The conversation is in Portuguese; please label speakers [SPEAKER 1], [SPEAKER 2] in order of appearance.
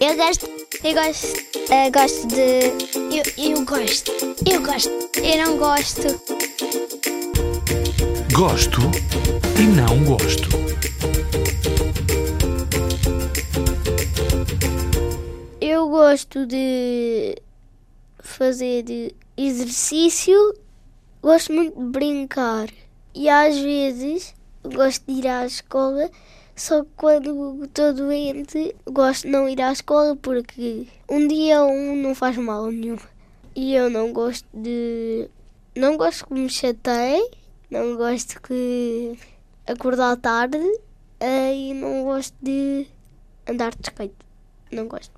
[SPEAKER 1] Eu gosto. Eu gosto. eh, gosto de. Eu, eu gosto. Eu gosto. Eu não gosto.
[SPEAKER 2] Gosto e não gosto.
[SPEAKER 1] Eu gosto de fazer de exercício, gosto muito de brincar e às vezes gosto de ir à escola, só que quando estou doente gosto de não ir à escola porque um dia um não faz mal nenhum. E eu não gosto de. não gosto que me chateiem, não gosto que acordar tarde eh, e não gosto de andar de skate. Não gosto.